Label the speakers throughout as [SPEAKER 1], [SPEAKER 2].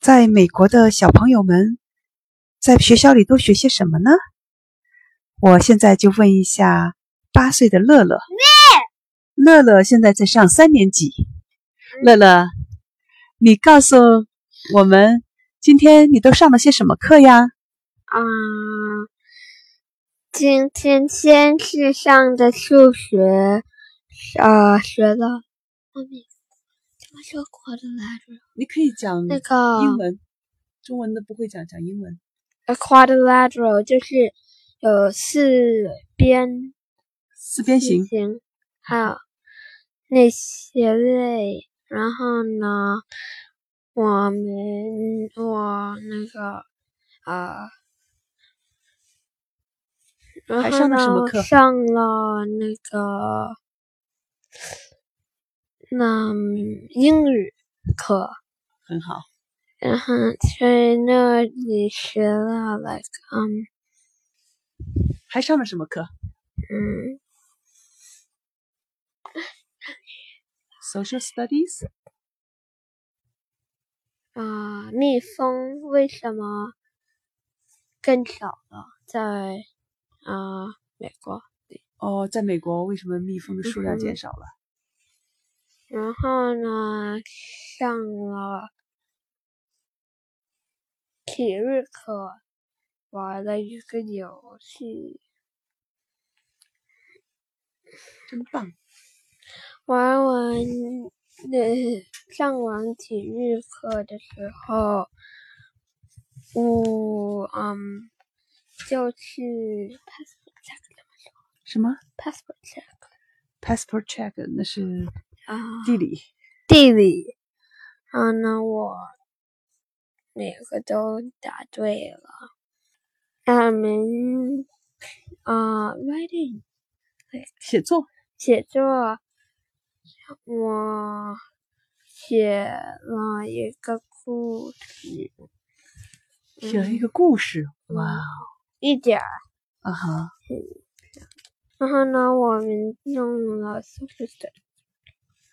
[SPEAKER 1] 在美国的小朋友们在学校里都学些什么呢？我现在就问一下八岁的乐乐。乐乐现在在上三年级。乐乐，你告诉我们，今天你都上了些什么课呀？
[SPEAKER 2] 嗯，今天先是上的数学，呃，学了。我每怎么说过的来着？
[SPEAKER 1] 你可以讲
[SPEAKER 2] 那个
[SPEAKER 1] 英文，中文的不会讲，讲英文。
[SPEAKER 2] a quadrilateral 就是有四边
[SPEAKER 1] 四边
[SPEAKER 2] 形
[SPEAKER 1] 形，
[SPEAKER 2] 形，还有那些类。然后呢，我们我那个啊，然
[SPEAKER 1] 还
[SPEAKER 2] 后
[SPEAKER 1] 上了什
[SPEAKER 2] 呢
[SPEAKER 1] 么课
[SPEAKER 2] 上了那个那嗯英语课。
[SPEAKER 1] 很好。
[SPEAKER 2] 然后在那里学了 like um
[SPEAKER 1] 还上了什么课
[SPEAKER 2] 嗯
[SPEAKER 1] ？Social Studies，
[SPEAKER 2] 啊、蜜蜂为什么更少了？在啊、美国，
[SPEAKER 1] 哦，在美国为什么蜜蜂的数量
[SPEAKER 2] 嗯哼
[SPEAKER 1] 减少了？
[SPEAKER 2] 然后呢上了体育课，玩了一个游戏，
[SPEAKER 1] 真棒！
[SPEAKER 2] 玩完那上完体育课的时候，我嗯就去 passport check
[SPEAKER 1] 什么
[SPEAKER 2] passport check
[SPEAKER 1] passport check？那是
[SPEAKER 2] 啊
[SPEAKER 1] 地理。
[SPEAKER 2] 地理，然后呢我每个都答对了，俺们啊 writing
[SPEAKER 1] 写作
[SPEAKER 2] 写作，我写了一个故事。
[SPEAKER 1] 写了一个故事，
[SPEAKER 2] 嗯
[SPEAKER 1] 哇哦
[SPEAKER 2] 一点儿。
[SPEAKER 1] 啊哈！
[SPEAKER 2] 然后呢，我们用了 social s t u d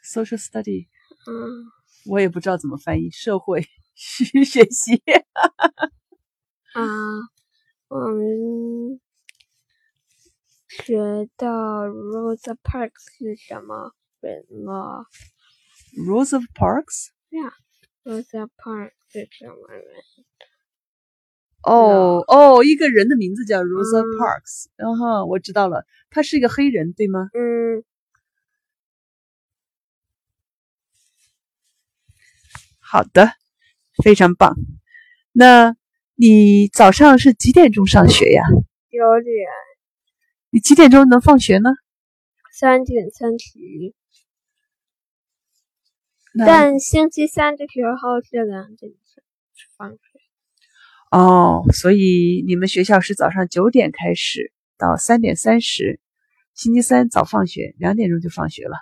[SPEAKER 1] Social study，
[SPEAKER 2] 嗯，
[SPEAKER 1] 我也不知道怎么翻译，社会 学习。
[SPEAKER 2] 啊，我们学到 Rosa Parks 是什么人了
[SPEAKER 1] Rules of Parks，
[SPEAKER 2] ？Rosa Parks 是什么人？
[SPEAKER 1] 哦哦，一个人的名字叫 Rosa
[SPEAKER 2] 嗯
[SPEAKER 1] Parks，然后我知道了，他是一个黑人，对吗？
[SPEAKER 2] 嗯，
[SPEAKER 1] 好的，非常棒。那你早上是几点钟上学呀？
[SPEAKER 2] 有点
[SPEAKER 1] 你几点钟能放学呢？
[SPEAKER 2] 三点三十一，
[SPEAKER 1] 那
[SPEAKER 2] 但星期三的时候是两点三十放学。
[SPEAKER 1] 哦，所以你们学校是早上九点开始到三点三十，星期三早放学，两点钟就放学了。